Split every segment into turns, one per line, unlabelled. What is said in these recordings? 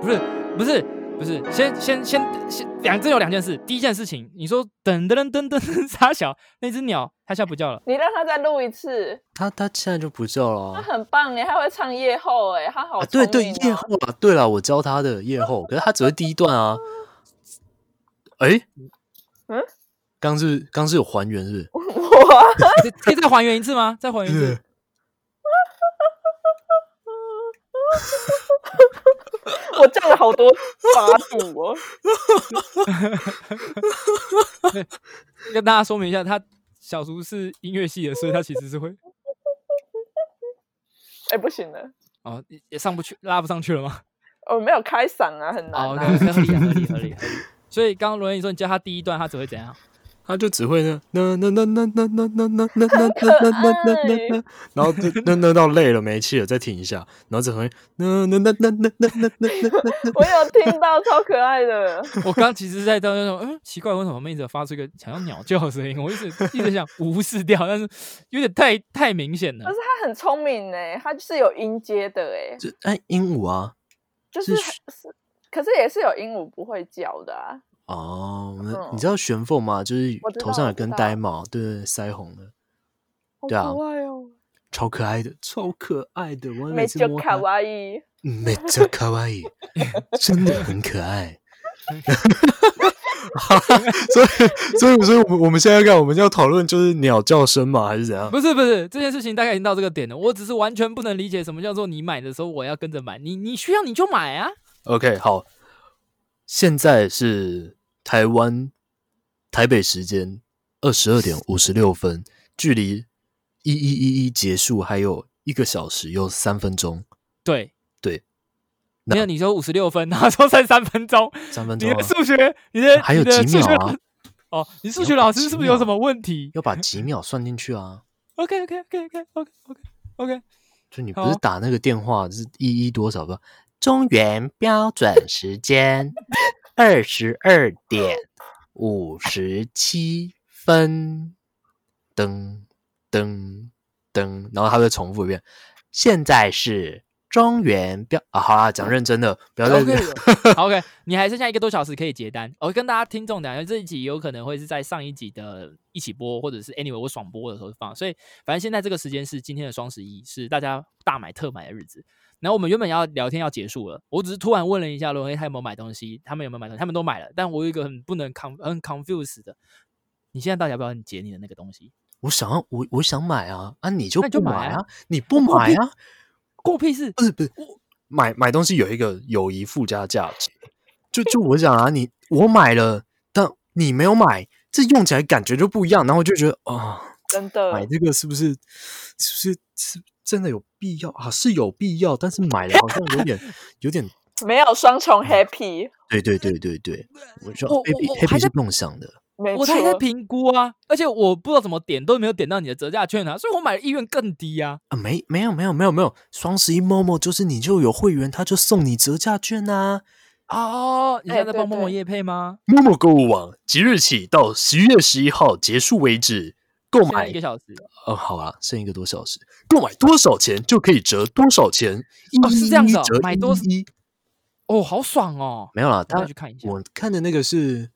不是不是不是，先先先先两这有两件事，第一件事情，你说噔噔噔噔噔噔 傻小那只鸟，它现在不叫了，
你让他再录一次，
他他现在就不叫了
他
啊、
很棒哎，他会唱夜后哎，他好、
啊对对，夜后啊，对了，我教他的夜后，可是他只会第一段啊。哎、
嗯，
刚是刚是有还原是不
我
可以可以再还原一次吗？再还原一次
是？，
我叫了好多八度哦，
跟大家说明一下，他小叔是音乐系的，所以他其实是会
哎、不行了，
哦也也上不去，拉不上去了吗？
我没有开嗓啊，很
哦
难、啊。
，OK，合理啊合 理合理合理。所以刚刚罗恩你说你教他第一段，他只会怎样？
他就只会那那那那那那那那那那那那那那那，然后那那到累了没气了再停一下，然后只会那那那那那那那那那
我有听到，超可爱的。
我刚其实是在当中说，嗯，奇怪，为什么我们一直发出一个好像鸟叫的声音？我一直一直想无视掉，但是有点太太明显了
但。是他很聪明哎，他就是有音阶的哎，
这哎鹦鹉啊
就是
是
很是，可是也是有鹦鹉不会叫的啊。
哦，那你知道玄凤吗？就是
嗯我知道
头上
我
有
知
根
道
呆毛，对对，对腮红的，
好
对啊
可爱哦，
超可爱的，超可爱的，我
美
每次
就
摸
卡
它，
哇伊，
嗯美就卡 哇伊，真的很可爱。 好啦所以，所以，所以我们我们现在干，我们要讨论就是鸟叫声嘛，还是怎样？
不是不是，这件事情大概已经到这个点了。我只是完全不能理解什么叫做你买的时候我要跟着买，你你需要你就买啊。
OK，好，现在是台湾台北时间二十二点五十六分，距离一一一一结束还有一个小时又三分钟，
对
对，那
没有你说五十六分，然后说三三分钟，
三分
你
钟、啊
的、数学，你的
还有
你的
几
数
秒
学
啊
老？哦，你数学老师是不是有什么问题
要把几秒算进去啊！
？OK OK OK OK OK OK OK，
就你不
好
是打那个电话，就是一一多少吧？中原标准时间二十二点五十七分，噔噔噔，然后他会重复一遍。现在是中原标啊，好啦，讲认真的，
啊
不要再
OK，好 OK，你还剩下一个多小时可以结单。我、跟大家听众讲一下，这一集有可能会是在上一集的一起播，或者是 anyway 我爽播的时候放。所以反正现在这个时间是今天的双十一，是大家大买特买的日子。然后我们原本要聊天要结束了，我只是突然问了一下罗黑他有没有买东西，他们有没有买东西，他们都买了。但我有一个很不能 con 很 confused 的，你现在到底要不要你结你的那个东西？
我想要我我想买啊啊，你就
那你就
不
买
买
啊
啊，你不
我
买
不
啊，
过屁事！
不是不是，买买东西有一个友谊附加价值。就就我讲啊，你我买了，但你没有买，这用起来感觉就不一样。然后我就觉得啊、
真的
买这个是不是是不是是真的有必要啊？是有必要，但是买了好像 有点有点。
没有双重 happy，
对对对对对，我说
我我
happy
我还
happy
在
是共享的，
没
我
错
才。在评估啊，而且我不知道怎么点都没有点到你的折价券啊，所以我买的意愿更低啊。
啊，没没有没有没有没有，双十一 MOMO 就是你就有会员，他就送你折价券啊。
哦，你
哎
现在在
对
帮某某
对
叶配吗？
MOMO 购物网即日起到十一月十一号结束为止，购
现在
买
一个小时，
哦，好啊，剩一个多小时，购买多少钱就可以折多少钱，
哦
一
是这样子哦
折
买多
一，
哦，好爽哦！
没有啦，
大
他
家去看一下，
我看的那个是，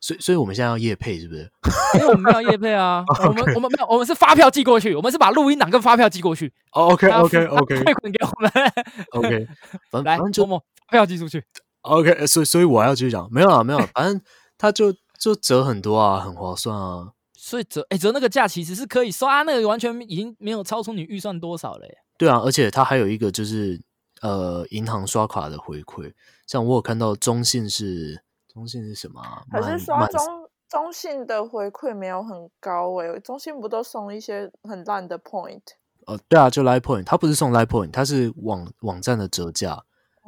所以所以我们现在要夜配是 不是？
因为我们没有叶配 啊，我们我们没有，我们是发票寄过去，我们是把录音档跟发票寄过去。
哦，OK
大家付大家汇款给我们，
OK，反
来
反正，
某
就
某发票寄出去。
OK，呃所以所以我要继续讲，没有啦，没有啦，反正他就就折很多啊，很划算啊，
所以折哎折那个价其实是可以刷，啊那个完全已经没有超出你预算多少了耶。
对啊，而且它还有一个就是呃银行刷卡的回馈，像我有看到中信是中信是什么啊、
可
满
是刷
满
中中信的回馈没有很高诶、中信不都送一些很烂的 point？
呃，对啊，就 Line Point，它不是送 Line Point，它是网网站的折价。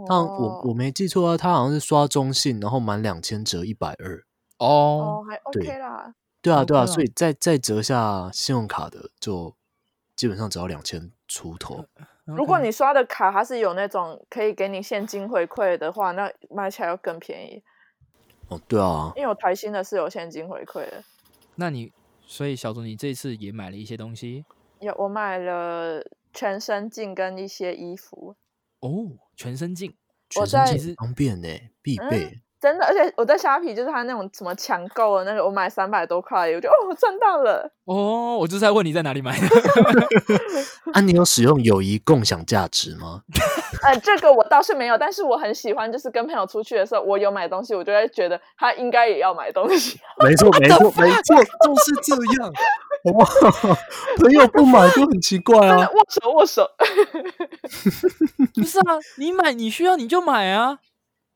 但
哦
我我没记错啊，它好像是刷中信，然后满两千折一百二。
哦
哦，还
对
OK 啦，
对啊，对啊，
OK 啦
所以再再折下信用卡的，就基本上只要两千出头。
，OK，
如果你刷的卡它是有那种可以给你现金回馈的话，那买起来又更便宜。
哦，对啊，
因为我台新的是有现金回馈的，
那你所以小竹你这一次也买了一些东西
有我买了全身镜跟一些衣服，
哦，全身镜
我
学生
在
其实方便呢、必
嗯
备。
真的，而且我在虾皮就是他那种什么抢购的那个，我买三百多块，我就哦我赚到了。
哦，我就是在问你在哪里买的。
啊，你有使用友谊共享价值吗？
呃，这个我倒是没有，但是我很喜欢，就是跟朋友出去的时候，我有买东西，我就会觉得他应该也要买东 西。
没错，没错，没错，就是这样。哇， 朋友不买就很奇怪
真
啊
的。握手握手，
哎不是啊，你买你需要你就买啊。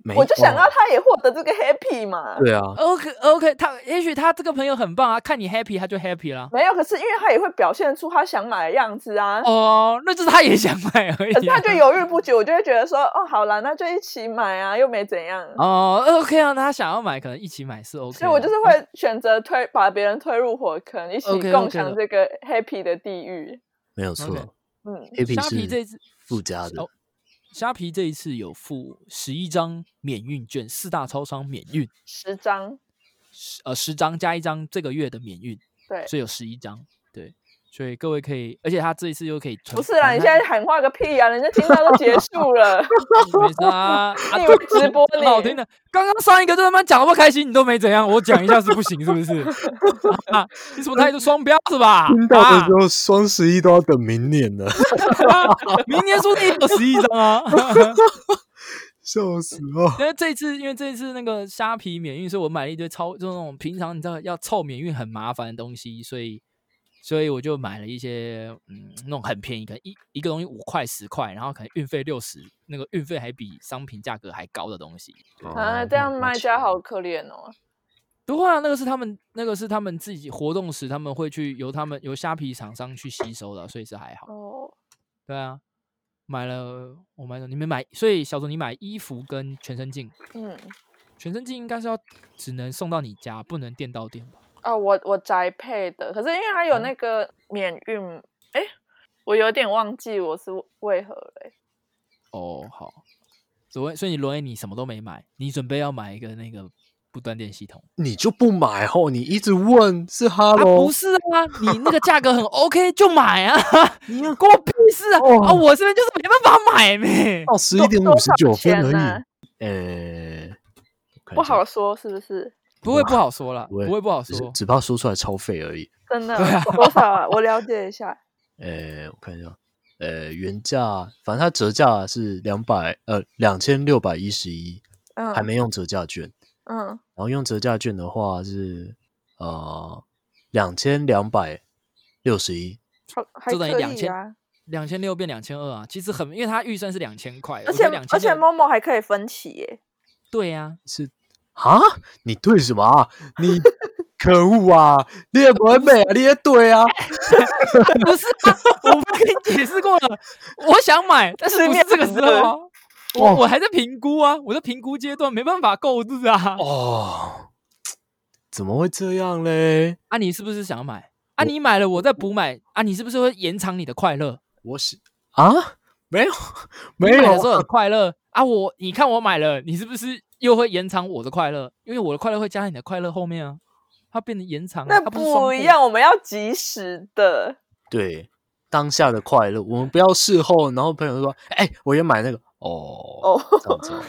没
我就想
哦
要他也获得这个 happy 嘛。
对啊，
OK OK，他也许他这个朋友很棒啊，看你 happy 他就 happy 啦。
没有，可是因为他也会表现出他想买的样子啊。
哦，那就是他也想买而已、啊
可是他就犹豫不决，我就会觉得说，哦，好啦，那就一起买啊，又没怎样。
哦，OK 啊，那他想要买，可能一起买是 OK 啊的。
所以我就是会选择推把别人推入火坑，一起
OK，OK
共
的
享这个 happy 的地狱。
没有错。
OK
嗯，
虾皮这
Happy
一
是
次
附加的
哦，虾皮这一次有附十一张免运券，四大超商免运，
十张，
十呃十张加一张这个月的免运，
对，
所以有十一张。对，所以各位可以，而且他这一次又可以存
不是啦，你现在喊话个屁啊，人家听到都结束了。
没事啊，啊
你以为直播
很
呢
好听的。刚刚上一个就他妈讲那么开心，你都没怎样，我讲一下是不行是不是？ 啊，你什么态度？双标是吧？啊
候，双十一都要等明年了，
啊 明年说不定有十一张啊。
笑死了。
因为这一次，因为这一次那个虾皮免运，所以我买了一堆超，就那种平常你知道要凑免运很麻烦的东西，所以，所以我就买了一些嗯那种很便宜，可能一一个东西五块十块，然后可能运费六十，那个运费还比商品价格还高的东西。
啊，
嗯
这样卖家好可怜哦。
不会啊，那个是他们那个是他们自己活动时他们会去由他们由虾皮厂商去吸收的，所以是还好。
哦，
对啊，买了我买了，你们买，所以小左你买衣服跟全身镜，
嗯，
全身镜应该是要只能送到你家，不能店到店吧？
啊，我我宅配的，可是因为它
嗯
有那个免运，哎、我有点忘记我是为何了欸、
哦，好，所以所以你轮你什么都没买，你准备要买一个那个不断电系统
你就不买吼？你一直问是
啊？
Hello，
不是啊，你那个价格很 OK 就买 啊，
你要
关我屁事啊！
哦
啊，我这边就是没办法买呗。
到十一
多
点
多
五十
少
九分
钱
而
呢
已。呃，我看一
不
下
好，说是不是？
不会
哇
不好说啦，
不会
不会不好
只是
说。
只怕说出来超费而已。
真的多少啊？我了解 一下。
呃，我看一下，呃，原价反正它折价是两百呃两千六百一十一，
嗯，
还没用折价券。
嗯，
然后用折价券的话是呃两千两百六十一，
好，还
就等于
可以
2000
啊。
两千六变两千二啊，其实很，因为它预算是两千块，
而且
两
而且，Momo 还可以分期耶。
对呀、
是啊？你对什么啊？你可恶啊！你也不会背啊，你也对啊。
不是啊、我不跟你解释过了，我想买，但是不是这个时候啊，我
哇
我还在评估啊，我在评估阶段，没办法购置啊。
哦，怎么会这样嘞？
啊，你是不是想买？啊，你买了，我再补买。啊，你是不是会延长你的快乐？
我是啊，没有没
你买的
有
时候
啊
很快乐啊，我你看我买了，你是不是又会延长我的快乐？因为我的快乐会加在你的快乐后面啊，它变得延长啊，
那
它不是双
不一
倍。
样，我们要及时的。
对当下的快乐，我们不要事后，然后朋友说，哎、我也买那个哦，
哦，
这样子哦。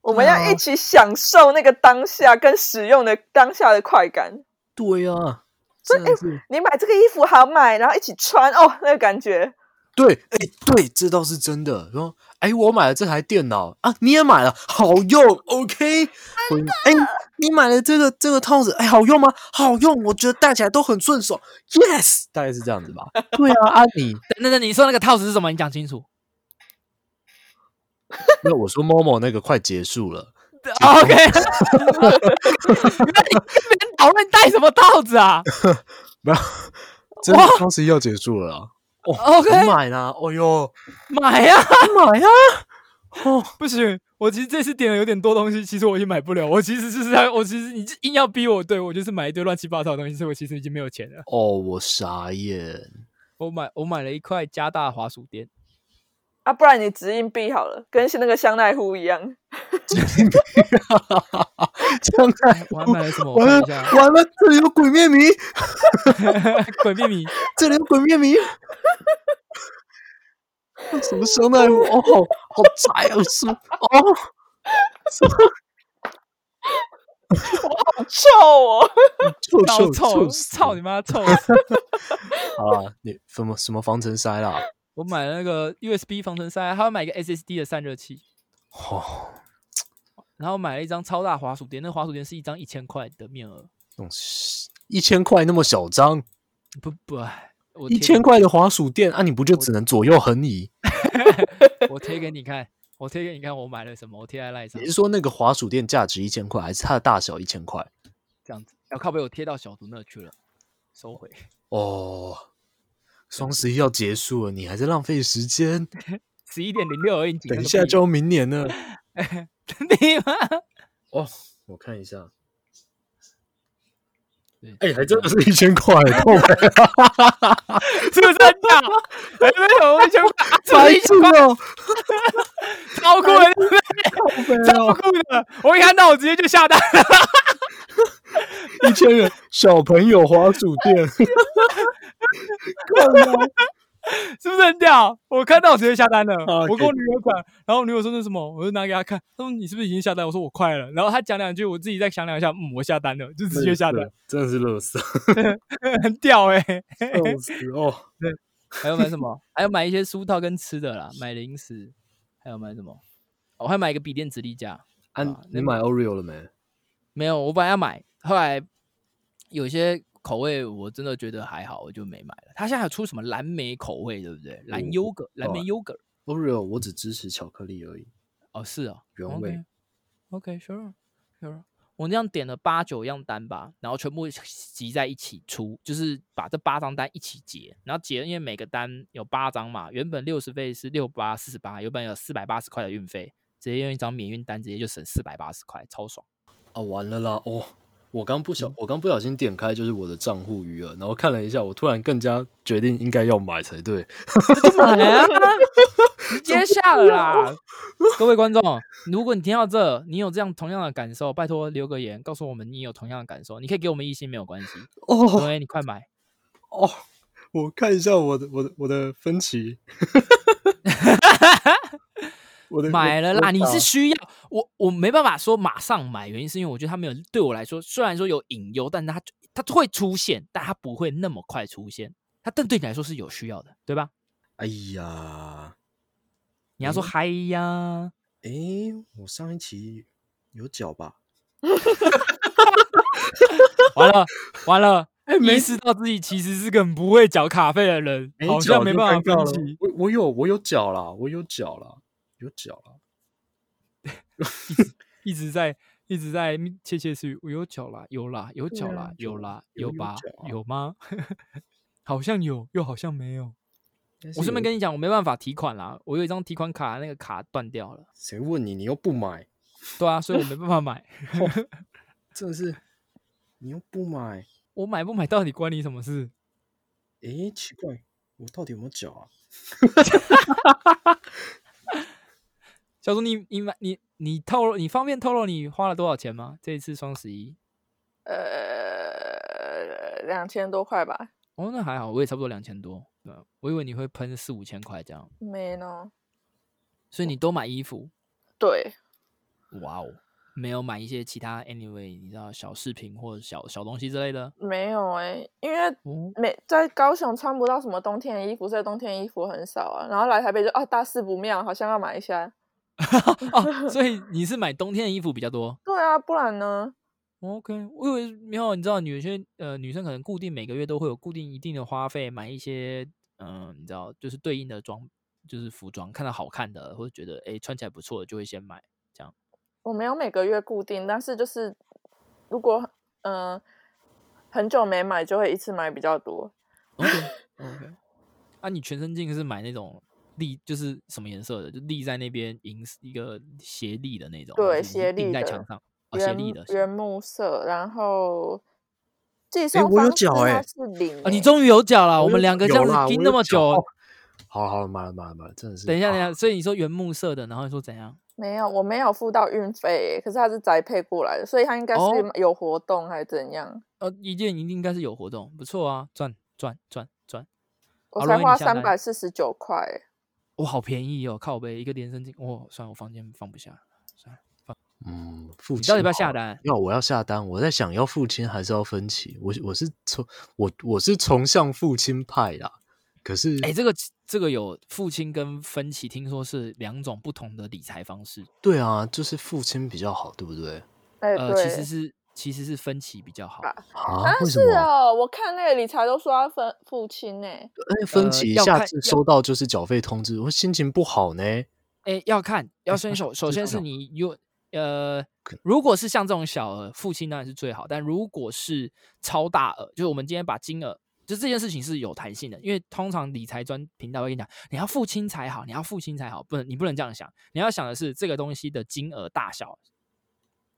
我们
啊
要一起享受那个当下跟使用的当下的快感。
对啊，真的是。
你买这个衣服好买，然后一起穿哦，那个感觉。
对，哎、对，这倒是真的。然后，哎、我买了这台电脑啊，你也买了，好用，OK 回。哎、你买了这个这个套子，哎、好用吗？好用，我觉得戴起来都很顺手，Yes，大概是这样子吧。对啊，啊你，
等等等，你说那个套子是什么？你讲清楚。
那我说 Momo 那个快结束了，
OK，那你跟别人讨论戴什么套子啊
不要， 真的双十一要结束了啊。
？OK，
你买啦，哦哟，
买呀、
买呀、哦，
不行，我其实这次点了有点多东西，其实我已经买不了。我其实就是在，我其实你硬要逼我，对我就是买一堆乱七八糟的东西，所以我其实已经没有钱了。
哦，我傻眼。
我买我买了一块加大滑鼠垫，
啊，不然你直硬币好了，跟那个香奈乎一样。
这样看，
我还哎 买了什么？我
完
看
了
一下，
完了，这里有鬼灭迷，
鬼秘密。
这里有鬼灭迷。 什么香奈儿？哦，好好窄啊！什么？哦，
好臭哦！
臭
老
臭
臭，
臭死
操
了
你妈臭！
好了，你什么什么防尘塞啦？
我买了那个 USB 防尘塞，还要买一个 SSD 的散热器，
哦，
然后买了一张超大滑鼠垫，那滑鼠垫是一张一千块的面额，
这种一千块那么小张，
不不，哎我
一
贴
千
给
块的滑鼠垫啊，你不就只能左右横移？
我贴给你看，我贴给你看我买了什么，我贴在赖上
你是说那个滑鼠垫价值一千块，还是它的大小一千块？
这样子，要靠被我贴到小读那去了，收回。
哦，双十一要结束了，你还在浪费时间，
十一点零六而已，你紧
等
张
一
个
下
屁
就要明年了。
你妈！
哦，我看一下，
对
哎、还真的是一千 块，靠北
是不是很 大？还没有一千块，
白
是
痴哦，
超酷的，对不对
靠北
超
哦，
酷的！我一看到我直接就下单了，
一千元小朋友滑鼠 垫，
是不是很屌？我看到我直接下单了。
啊
我
给
跟我女友讲，然后我女友说那什么，我就拿给她看，她说你是不是已经下单？我说我快了。然后她讲两句，我自己再想两下，嗯，我下单了，就直接下单，，
真的是乐色，
很屌哎、
笑死哦。
还有买什么？还有买一些书套跟吃的啦，买零食，还有买什么？我还买一个笔电直立架，
啊
啊，
你买 Oreo 了没？
没有，我本来要买，后来有些口味我真的觉得还好，我就没买了。它现在还有出什么蓝莓口味，对不对？蓝
我
优格、蓝莓
哎
优格，
Oreo 我只支持巧克力而已，
哦，是哦，
原味。
OK，sure，sure、我那样点了八九样单吧，然后全部集在一起出，就是把这八张单一起结，然后结，因为每个单有八张嘛，原本六十费是六八四十八，原本有四百八十块的运费，直接用一张免运单，直接就省四百八十块，超爽。
啊，完了啦！哦，我刚不小，我刚不小心点开就是我的账户余额，然后看了一下，我突然更加决定应该要买才对。
买啊，直接下了啦！各位观众，如果你听到这，你有这样同样的感受，拜托留个言，告诉我们你有同样的感受。你可以给我们一星没有关系，
哦
因为你快买，
哦，我看一下我的我的我的分歧，我的
买了啦！
我
你是
打
需要我，我没办法说马上买，原因是因为我觉得它没有对我来说，虽然说有隐忧，但它它会出现，但它不会那么快出现。它但对你来说是有需要的，对吧？
哎呀，
你要说
嗯
嗨呀，
诶，我上一期有脚吧？
完了完了，
哎
意识到自己其实是个很不会缴卡费的人，
没
好
脚
像没
就
办
尴尬
法分
了
析。
我我有我有脚啦，我有脚啦，有脚啦。
一直在一直在咪窃窃私语，我有脚啦，有啦，有
对
脚
啊
啦，
有
有啦，
有
有
有
吧
脚，啊
有吗？ 好像有，又好像没有。
但是
我顺便
有
跟你讲，我没办法提款啦，我有一张提款卡，那个卡断掉了。
谁问你，你又不买，
对啊，所以我没办法买。
真的是你又不买。
我买不买到底关你什么事？
诶，奇怪，我到底有没有脚啊？
小猪，你你买你你透露，你方便透露你花了多少钱吗？这一次双十一？
呃，两千多块吧，
哦，那还好，我也差不多两千多。对啊我以为你会喷四五千块这样，
没呢。
所以你多买衣服，
对，
哇哦，没有买一些其他 anyway，你知道小饰品或者小小东西之类的。
没有哎、因为
哦，
没在高雄穿不到什么冬天的衣服，所以冬天衣服很少啊。然后来台北就啊，大事不妙，好像要买一下。
哦所以你是买冬天的衣服比较多。
对啊，不然呢？
OK，我以为没有，你知道，有些呃女生可能固定每个月都会有固定一定的花费，买一些嗯、呃你知道，就是对应的装，就是服装，看到好看的或者觉得哎、诶穿起来不错的就会先买。
我没有每个月固定，但是就是如果嗯、呃很久没买，就会一次买比较多。
OK
哦
OK，啊，你全身镜是买那种立，就是什么颜色的，就立在那边银一个斜立的那种，还是你
对
是
斜
钉
立
在
的
墙上，哦，斜
原
立的，
原木色，然后寄送
我有
方式
脚
它
欸
是零、
啊，你终于有脚了！
我
我们
有
两个这
有
样子
啦
盯
我
那
有
么
脚
久
哦，好了好了，买了买了买了，真的是。
等一下，等一
啊，
下，所以你说原木色的，然后你说怎样？
没有，我没有付到运费欸，可是它是宅配过来的，所以它应该
哦
是有活动还是怎样？
呃，一件一定应该是有活动，不错啊，赚赚赚赚！
我
好
才
如果
花
你下
三
单
百四十九块欸，
哇，好便宜哦，靠背一个连身镜，哇，算了，我房间放不下，算了，
嗯，父
你
亲
到底要不要
好
下
了？
单？
要我要下单，我在想要父亲还是要分期？我我是从我我是崇尚父亲派啦，可是
哎、这个这个有父亲跟分期，听说是两种不同的理财方式。
对啊，就是父亲比较好，对不对？
哎，
呃，其实
对，
是其实是分期比较好，
啊
啊，
啊
为
是
什么？
哦，我看那个理财都说要分父亲呢，
而且哎分
呃
期一
要
下
看
子
要
收到就是缴费通知，我心情不好呢。
哎，要看，要先首首
这
先
种
是你有呃
可，
如果是像这种小额，父亲当然是最好，但如果是超大额，就是我们今天把金额，就这件事情是有弹性的，因为通常理财专频道会跟你讲，你要父亲才好，你要父亲才好，不能你不能这样想，你要想的是这个东西的金额大小。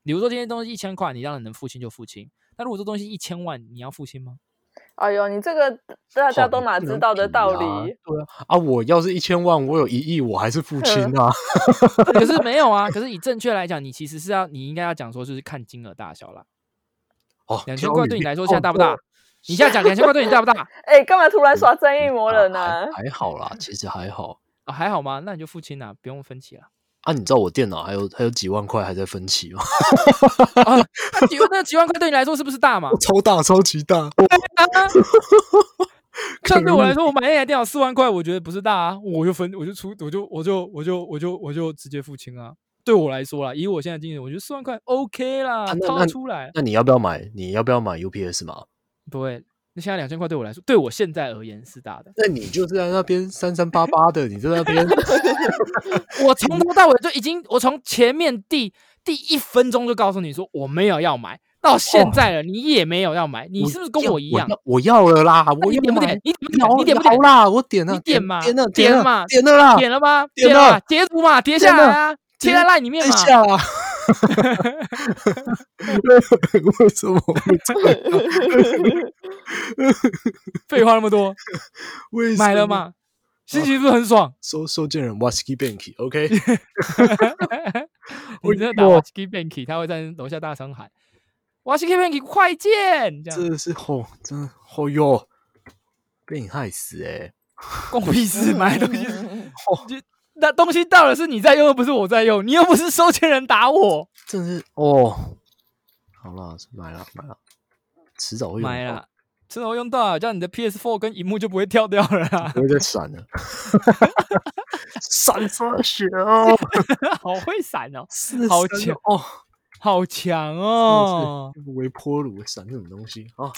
比如说今天东西一千块，你当然能付清就付清。那如果这东西一千万，你要付清吗？
哎呦，你这个大家
好
都
你
哪
不
知
能
道的
比
道
啊
理？
对啊，啊，我要是一千万，我有一亿，我还是父 亲啊。
可是没有啊。可是以正确来讲，你其实是要你应该要讲说，就是看金额大小啦。
哦，
两千
挑
块
语
对你
病
来说
哦
现在大不大？你现在讲两千块对你大不 大？
哎，干嘛突然耍正义魔
啊
人呢
还？还好啦，其实还好
啊，还好吗？那你就付清啦，不用分期了。
啊。你知道我电脑还有还有几万块还在分期吗？
那几那几万块对你来说是不是大 嘛？
超大，超级大。
啊 像对我来
恶
说，我买那台电脑四万块，我觉得不是大啊，我就分，我就出，我就我就我就我就我就直接付清啊。对我来说啦，以我现在经验，我觉得四万块 OK 啦，
啊那
掏
那
出来。
那你要不要买？你要不要买 UPS 嘛？
不会，那现在两千块对我来说，对我现在而言是大的。
那你就是在那边三三八八的，你在 那边
我从头到尾就已经，我从前面第第一分钟就告诉你说我没有要买，到
哦
现在了你也没有要买，你是不是跟
要
我一样？
要我要了啦，
那
我
你
要
点不
买
点？？你点不
摇
点？你点不
摇
点？
啦？我点了，
你点嘛
点了，
点
了
嘛
点了啦，
点了吗？
点
了
了
吧，截图嘛，截
点
下来
了
啊，贴
点
在烂里面
按
嘛。
下啦。为什么会这样？
废话那么多，
为什
买了
么？
嘛，心情是不是很爽？
收收件人 Wasky Bank，OK，、
啊我
我
真的打
有
w a s k i Banky，他会在楼下大声喊 w a s k i Banky 快见！这样
真的是吼、真的吼哟，被你害死哎、欸！
关我屁事，买东西 是。就那东西到了是你在用，又不是我在用，你又不是收钱人打我。
真的是哦，好了，买了买了，迟早会用
买
到，
了，真的会用到啊，这样你的 PS4 跟荧幕就不会跳掉了啊啦。
不会再闪了。
哎
闪双雪哦，
好会闪哦，
四
好
闪
巧
哦，
好强哦，
真的是微波炉闪这种东西啊，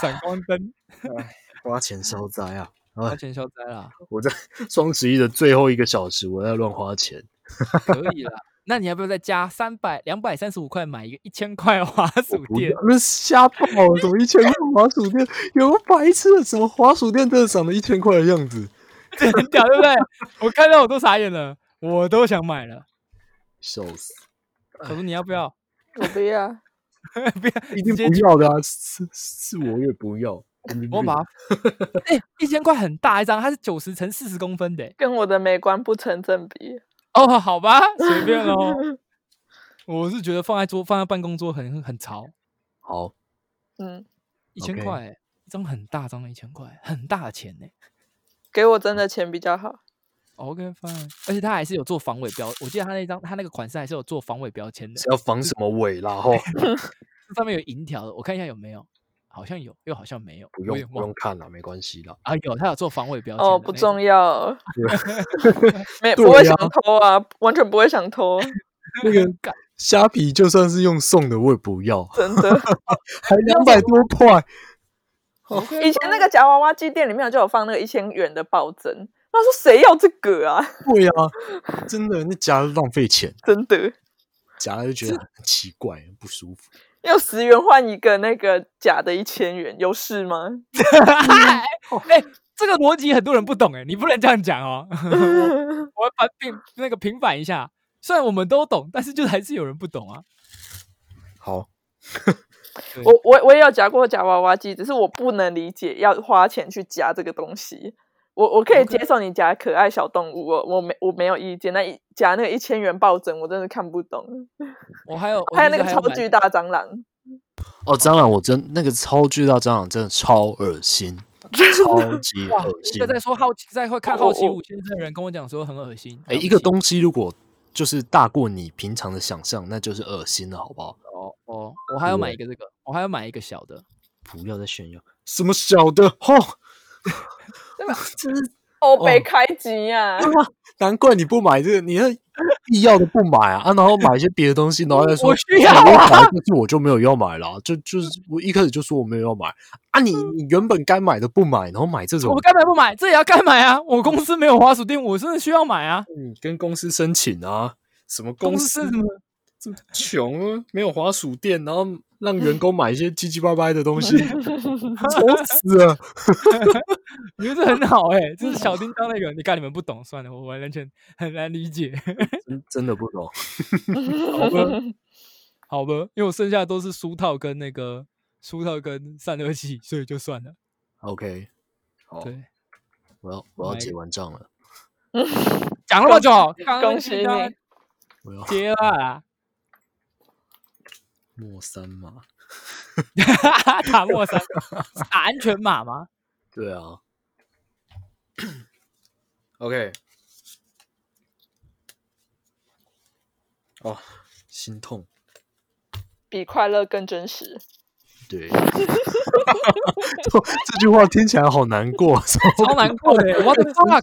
闪光灯，
花钱消灾啊！
花钱消灾啦，
我在双十一的最后一个小时，我在乱花钱。
可以啦。 那你要不要再加三百、两百三十五块买一个一千块的滑鼠
不
垫
要？那瞎报了，怎么一千块滑鼠垫？有个白痴的，什么滑鼠垫真的长得一千块的样子？
这很屌，对不对？我看到我都傻眼了，我都想买了。
笑死！
可是你要不 要？
我不要，
不要，
一定
直接
不要的啊！是是，我也不要。
我把 它。哎、一千块很大一张，它是九十乘四十公分的、
跟我的美观不成正比。
哦，好 吧，随便喽。我是觉得放在桌放在办公桌很很潮，
好，
嗯，
一千
OK
块欸、一张很大张的一千块，很大的钱呢、
给我真的钱比较好。
OK fine，而且他还是有做防伪标，我记得他那张他那个款式还是有做防伪标签的，
是要防什么尾啦？
哎
吼，
上面有银条的，我看一下有没有，好像有，又好像没有，
不
我
用
有点
不
忘了
用看了，没关系啦。
啊，有他有做防伪标签
哦，
的
不
那
重
种
要， 没
对
不会
呀
想偷啊，完全不会想偷，
那 个
干
虾皮就算是用送的，我也不要，
真的。
还两百多 块。
OK
以前那个夹娃娃机店里面就有放那个一千元的抱枕，他说谁要这个啊？
对啊，真的，那夹了浪费钱，
真的
夹了就觉得很奇怪，很不舒服。
要十元换一个那个假的一千元，有事吗？
哎、哎这个逻辑很多人不懂哎、你不能这样讲哦。 我要把平那个平反一下，虽然我们都懂，但是就还是有人不懂啊。
好，
我我我也有夹过夹娃娃机，只是我不能理解要花钱去夹这个东西。我我可以
OK
接受你夹可爱小动物，我我没我没有意见。那一夹那个一千元抱枕，我真的看不懂。
我还有，我
还有
其
哦那
实
个超
买
巨大蟑螂，
哦，蟑螂我真那个超巨大蟑螂真的超恶心，超级
哇
恶！
一
心哦
个。在说好奇，在会看好奇
我我
五先生的人跟我讲说很恶心。
哎、
了不
一个
起
东西如果就是大过你平常的想象，那就是恶心了，好不好？
哦哦，我还要买一个这个，我还要买一个小的。
不要再炫耀什么小的哦，
欧北开机呀、
难怪你不买这个，你那必要的不买啊，啊然后买一些别的 东西，然后再说
我需要
啊，我买了但是我就没有要买了啊、就就是我一开始就说我没有要买啊你，你原本该买的不买，然后买这
嗯我
种
们，该买不买，这也要该买啊！我公司没有滑鼠钉，我真的需要买啊！
你跟公司申请啊，什么
公
公
司
司这么穷啊，没有滑鼠店，然后 让员工买一些唧唧歪歪的东西， 愁死了。
我觉得这很好哎、 这是小叮当那个，你看你们不懂，算了，我完全很难理解。
真真的不懂。哦
好吧，好吧，因为我剩下的都是书套跟那个书套跟散热器，所以就算了。
OK，好，
对，
我要我要
买
结完账了，
讲那么久，刚刚
恭喜
叮当
你
我要
结了 啦，
莫三嘛。
打莫三是打安全码吗？
对啊。OK。哦，心痛。
比快乐更真实。
对， 这这句话听起来好难过，
超难过的、我的 fuck！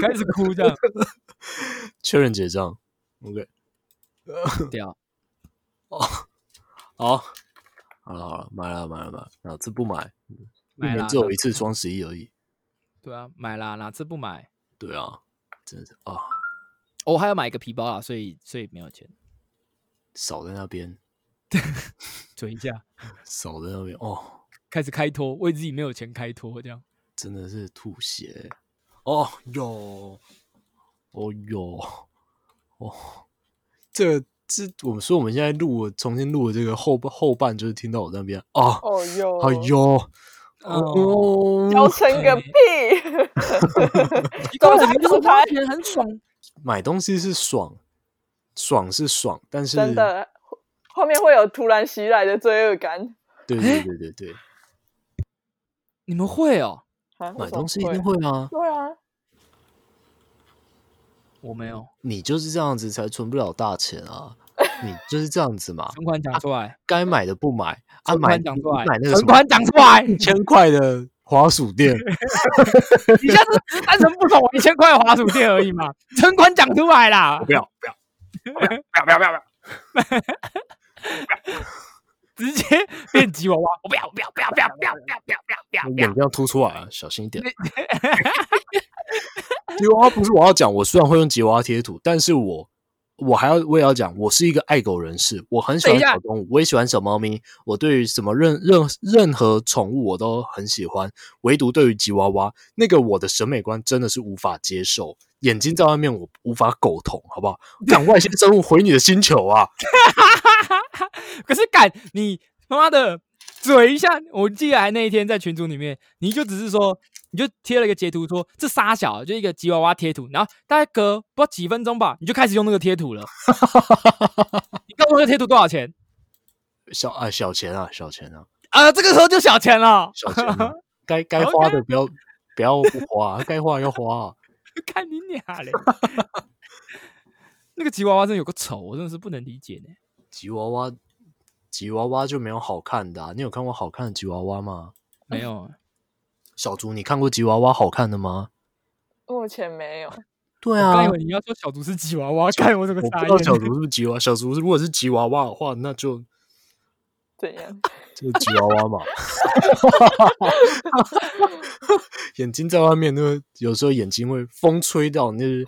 开始哭 这样，
确认结账。OK， 哦
掉。
好，好了好了，买了买了买了，啊，这不买，一
买啊
年
啦
只有一次双十一而已。
对啊，买啦，哪次不买？
对啊，真的是啊，
哦我还要买一个皮包啦，所以所以没有钱，
少在那边，
存一下，
少在那边哦。
开始开脱，为自己没有钱开脱这样。
真的是吐血欸哦哟，哦哟，哦，这个这我们说我们现在录了重新录的这个后半后半就是听到我那边哦，
哦哟，
哎呦，
哦，
娇
哦，
嗔个屁！
一个
走开
人
走开
钱很爽，
买东西是爽，爽是爽，但是
真的，后面会有突然袭来的罪恶感
对对对对 对，
你们会哦？
啊！为
买
什么
东西一定会啊，
对啊，
我没有，
你就是这样子才存不了大钱啊，你就是这样子嘛，
存款讲出来，
该买的不买啊，
存
买
款讲出来
买那，个什
存
么
款讲出来，
一千块的滑鼠 垫。
你下次只是单纯不爽我一千块的滑鼠店而已嘛，存款讲出来啦
我，不要，不要，不要，不要，不要，不要！
直接变吉娃娃，我不要，我不要，不要，不要，不要，不要，不要，不要，不要，不要
嗯眼。睛要凸出来啊，小心 一点。吉娃娃不是我要讲，我虽然会用吉娃娃贴图，但是我我还要我也要讲，我是一个爱狗人士，我很喜
等
欢
一下
小动物，我也喜欢小猫咪，我对于什么任任任何宠物我都很喜欢，唯独对于吉娃娃那个我的审美观真的是无法接受。眼睛在外面，我无法苟同，好不好？敢外星生物回你的星球啊！
可是敢你他妈的嘴一下，我记得还那一天在群组里面，你就只是说，你就贴了一个截图说这仨小，就一个吉娃娃贴图，然后大概隔不知道几分钟吧，你就开始用那个贴 图了。你告诉我这个贴图多少钱？
小啊，小钱啊，小钱啊，
啊，这个时候就小钱了。
小 钱啊，该该花的不要不要不花，该花要花、啊。
看你俩嘞！ 那个吉娃娃真的有个丑，我真的是不能理解呢。
吉娃娃，吉娃娃就没有好看的、啊。你有看过好看的吉娃娃吗？
没有啊，
小竹，你看过吉娃娃好看的吗？
目前没有。
对
我
啊
刚以，为你要说小竹是吉娃 娃，看我这个
我不
傻
知道
眼。
小竹是不是吉娃。小竹如果是吉娃娃的话，那就
怎 样？
就是吉娃娃 嘛。眼睛在外面，那个有时候眼睛会风吹到，那是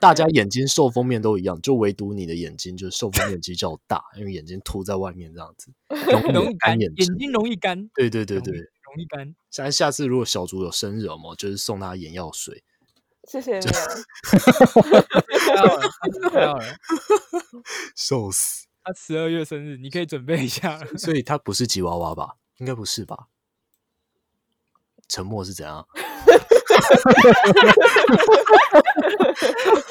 大家眼睛受风面都一样，就唯独你的眼睛就是受风面积较大，因为眼睛凸在外面这样子，容
容
易
易干，
眼
眼
睛。
睛容易干，
对对对
容易
对，
容易 干。
下下次如果小竹有生日嘛，就是送他眼药水。
谢谢你啊！
太好了，太好了。
受死！
他十二月生日，你可以准备一 下。
所以他不是吉娃娃吧？应该不是吧？沉默是怎样？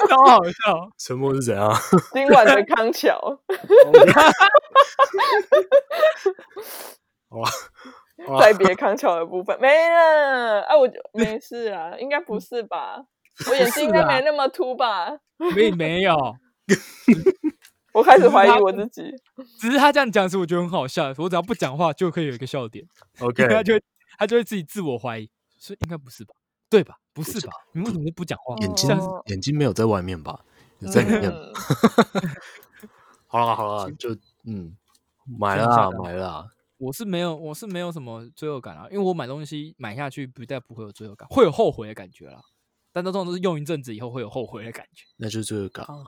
超好笑，
沉默是怎样？
今晚的康桥，
哇，
再别康桥的部分没了。啊，我 就没事啊，应该不是吧？我眼睛应该
不是啊
没那么凸吧？
并没有，
我开始怀疑我自己。
只是他这样讲是我觉得很好笑，我只要不讲话就可以有一个笑点，
OK，
因为他就会他就会自己自我怀疑，是应该不是吧？对吧？不是吧？你为什么就不讲话？
眼睛
像
哦
眼睛没有在外面吧？有在里面吧。
嗯
好了好了，就嗯，买
这
了
样
啊
这样
买了啊，
我是没有，我是没有什么罪恶感啊，因为我买东西买下去不但不会有罪恶感，会有后悔的感觉啦。但这种都是用一阵子以后会有后悔的感觉。
那就这个嘎啊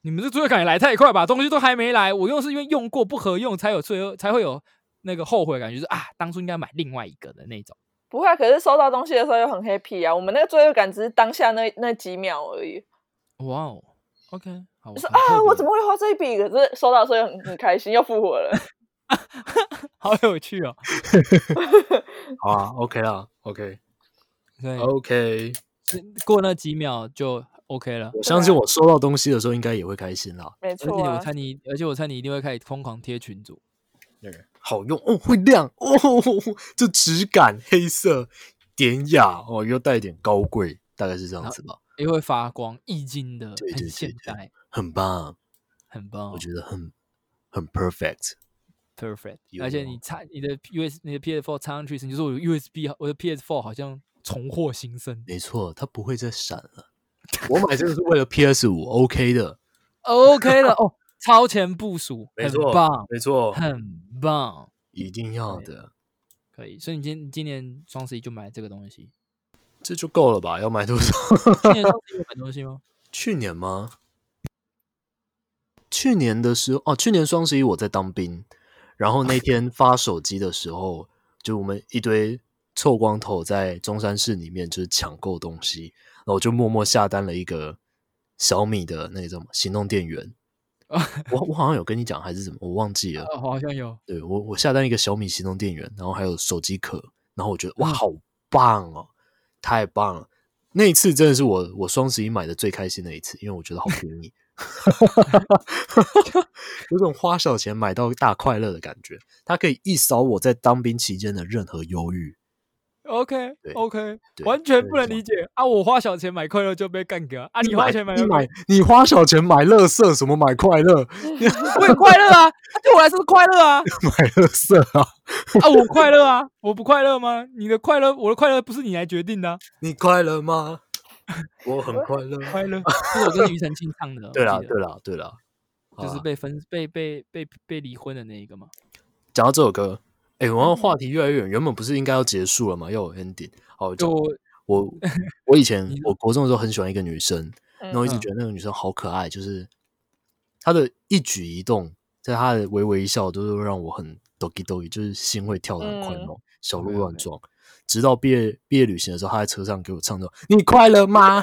你们这罪恶感也来太快吧？东西都还没来，我又是因为用过不合用才有罪恶，才会有那个后悔的感觉，就是啊，当初应该买另外一个的那种。
不会啊，可是收到东西的时候又很 happy 啊。我们那个罪恶感只是当下那那几秒而已。
哇哦，OK，好，
我说啊，我怎
么
么会花这一笔？可是收到的时候又很很开心，又复活了。
好有趣 哦？
好啊，OK 啦，OK
对，
OK，
过那几秒就 OK 了。
我相信我收到东西的时候应该也会开心啦。
没
而且
错
我
啊，
猜你，而且我猜你一定会开始疯狂贴群主。
对，好用哦，会亮哦，这质感黑色典雅哦，又带一点高贵，大概是这样子吧，
也会发光，易经的，
对对
很
对
现
对
代，
很棒，
很棒哦
我觉得很很 perfect。
，perfect。
有
而且你插你的 US 你的 PS4 插上去时，你就说我的 USB 我的 PS4 好像重获新生
没错，它不会再闪了。 我买这个是为了 PS 五，OK 的，
，OK 了哦，超前部署，
没
很
错
棒，
没错，
很棒，
一定要的，
可以。所以你今你今年双十一就买这个东西，
这就够了吧？要买多少？
今 年双十一有买东西吗？
去年吗？去年的时候，哦，去年双十一我在当兵，然后那天发手机的时候，就我们一堆臭光头在中山市里面就是抢购东西，然后我就默默下单了一个小米的那个叫什么行动电源
啊。
我我好像有跟你讲还是怎么，我忘记了。
哦，好像有，
对我我下单一个小米行动电源，然后还有手机壳，然后我觉得哇，
嗯
好棒哦，太棒了！那一次真的是我我双十一买的最开心的一次，因为我觉得好便 宜，有种花小钱买到大快乐的感觉。它可以一扫我在当兵期间的任何忧郁。
OK
对
OK，
对
完全不能
对
理解啊！我花小钱买快乐就被干掉啊！你花钱买
你
快乐
买你花小钱买乐色，什么买快乐？
我也快乐啊，对我来说是快乐啊。
买乐色啊！
啊，我快乐啊，我不快乐吗？你的快乐，我的快乐不是你来决定的啊、
你快乐 吗？我很快乐。
快 乐这是我跟庾澄庆唱的，
对啦，
了
对啦，对啦，好啊
就是
啦
被分被被被被离婚的那一个嘛。
讲到这首歌，哎、我们话题越来越远，原本不是应该要结束了吗？要有 ending。好，就
就
我我以前
你
我国中的时候很喜欢一个女生，
嗯
然后一直
嗯
觉得那个女生好可爱，就是她的一举一动，在她的微微一笑，都是让我很 doki doki，就是心会跳得
嗯
很快那种，小鹿
OK，OK
乱撞。直到毕业毕业旅行的时候，她在车上给我唱着“你快乐吗？”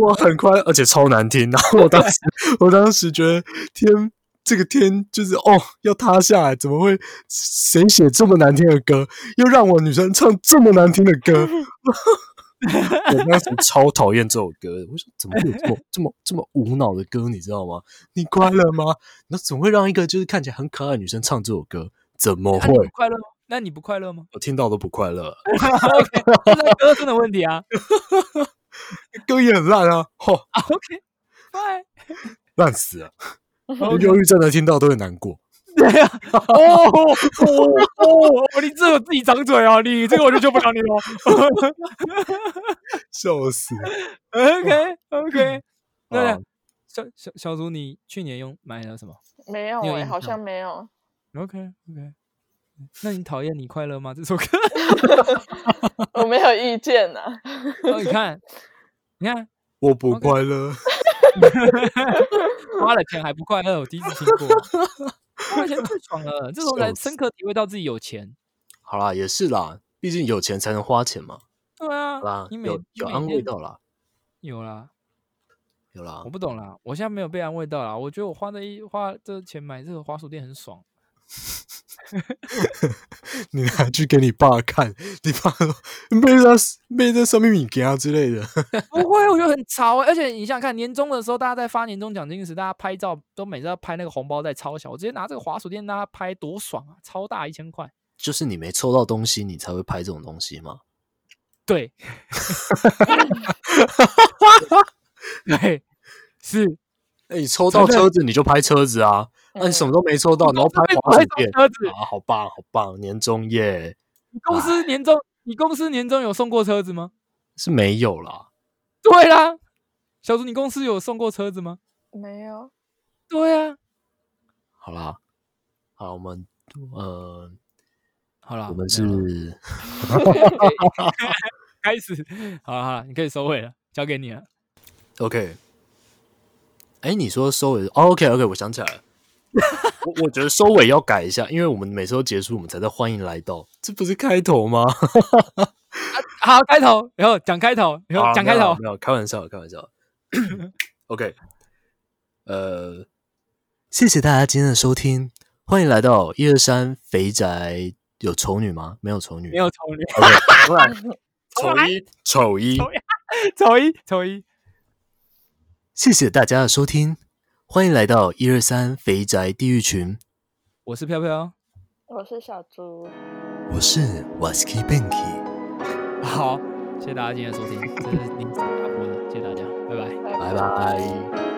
我很快乐，而且超难听。然后我当 时，我当时觉得天，这个天就是哦，要塌下来，怎么会谁写这么难听的歌，又让我女生唱这么难听的歌？ 我当时超讨厌这首歌的，我说怎么会有这么这么这么无脑的歌，你知道吗？你快乐吗？那怎么会让一个就是看起来很可爱的女生唱这首歌？怎么
那
会
你？不快乐吗？那你不快乐吗
我听到都不快乐，
？OK，这是歌声的问题啊。
歌也很烂啊，嚯、
OK，拜。
烂死了！
OK，
忧郁症的听到都会难过。
对啊， 哦哦 哦，你这个自己掌嘴啊，你这个我就救不了你了。
笑死！
OK OK，对啊
啊，
小小小竹，你去年用买了什么？
没有
你有
哎、
印
好
象
像没有。
OK OK，那你讨厌你快乐吗？这 首歌，
我没有意见啊呐、
哦、你看，你看，
我不
OK
快乐。
花了钱还不快乐，我第一次听过，花了钱太爽了，这种才
笑死
深刻体会到自己有钱。
好啦，也是啦，毕竟有钱才能花钱嘛。
对啊
好啦，，
你每
有有
你每
安慰
天
到啦，
有啦，
有啦
我。不懂啦，我现在没有被安慰到啦，我觉得我花的一花这钱买这个滑鼠垫很爽。
你拿去给你爸看，你爸说没那没那什么米给他之类的。
不会，我觉得很潮欸、而且你想想看，年终的时候，大家在发年终奖金时，大家拍照都每次要拍那个红包袋超小，我直接拿这个滑鼠垫让大家拍，多爽啊！超大一千块，
就是你没抽到东西，你才会拍这种东西嘛。
对， 对，是
那、你哎抽到
真的
车子你就拍车子啊， 那、你什么都没 抽到，然后拍滑
拍
手
什么
店
车子？
啊，好棒好棒，年终耶
你公司
啊
年终，你公司年终有送过车子吗？
是没有啦，
对啦，小竹，你公司有送过车子吗？
嗯没 有，
对啊，
好啦，好我们呃，
好啦，
我们
没
是
有了开始，好了好了，你可以收尾了，交给你了。
OK。哎、你说收尾、哦、？OK OK，我想起来了。我我觉得收尾要改一下，因为我们每次都结束，我们才在欢迎来到，这不是开头吗？
好，开头，然后讲开头，然
好
后
啦
讲
没
开
有啦
头。
啊没有开玩笑，开玩笑。OK，呃，谢谢大家今天的收听，欢迎来到一二三肥宅有丑女吗？没有丑女，
没有丑女，
OK，重来。丑一，丑一，
丑一，丑一，
谢谢大家的收听，欢迎来到一二三肥宅地狱群，
我是飘飘。
我是小猪，
我是 Waski Banky，
好，谢谢大家今天的收听，这是临时插播的，谢谢大家，拜拜。
拜
拜拜。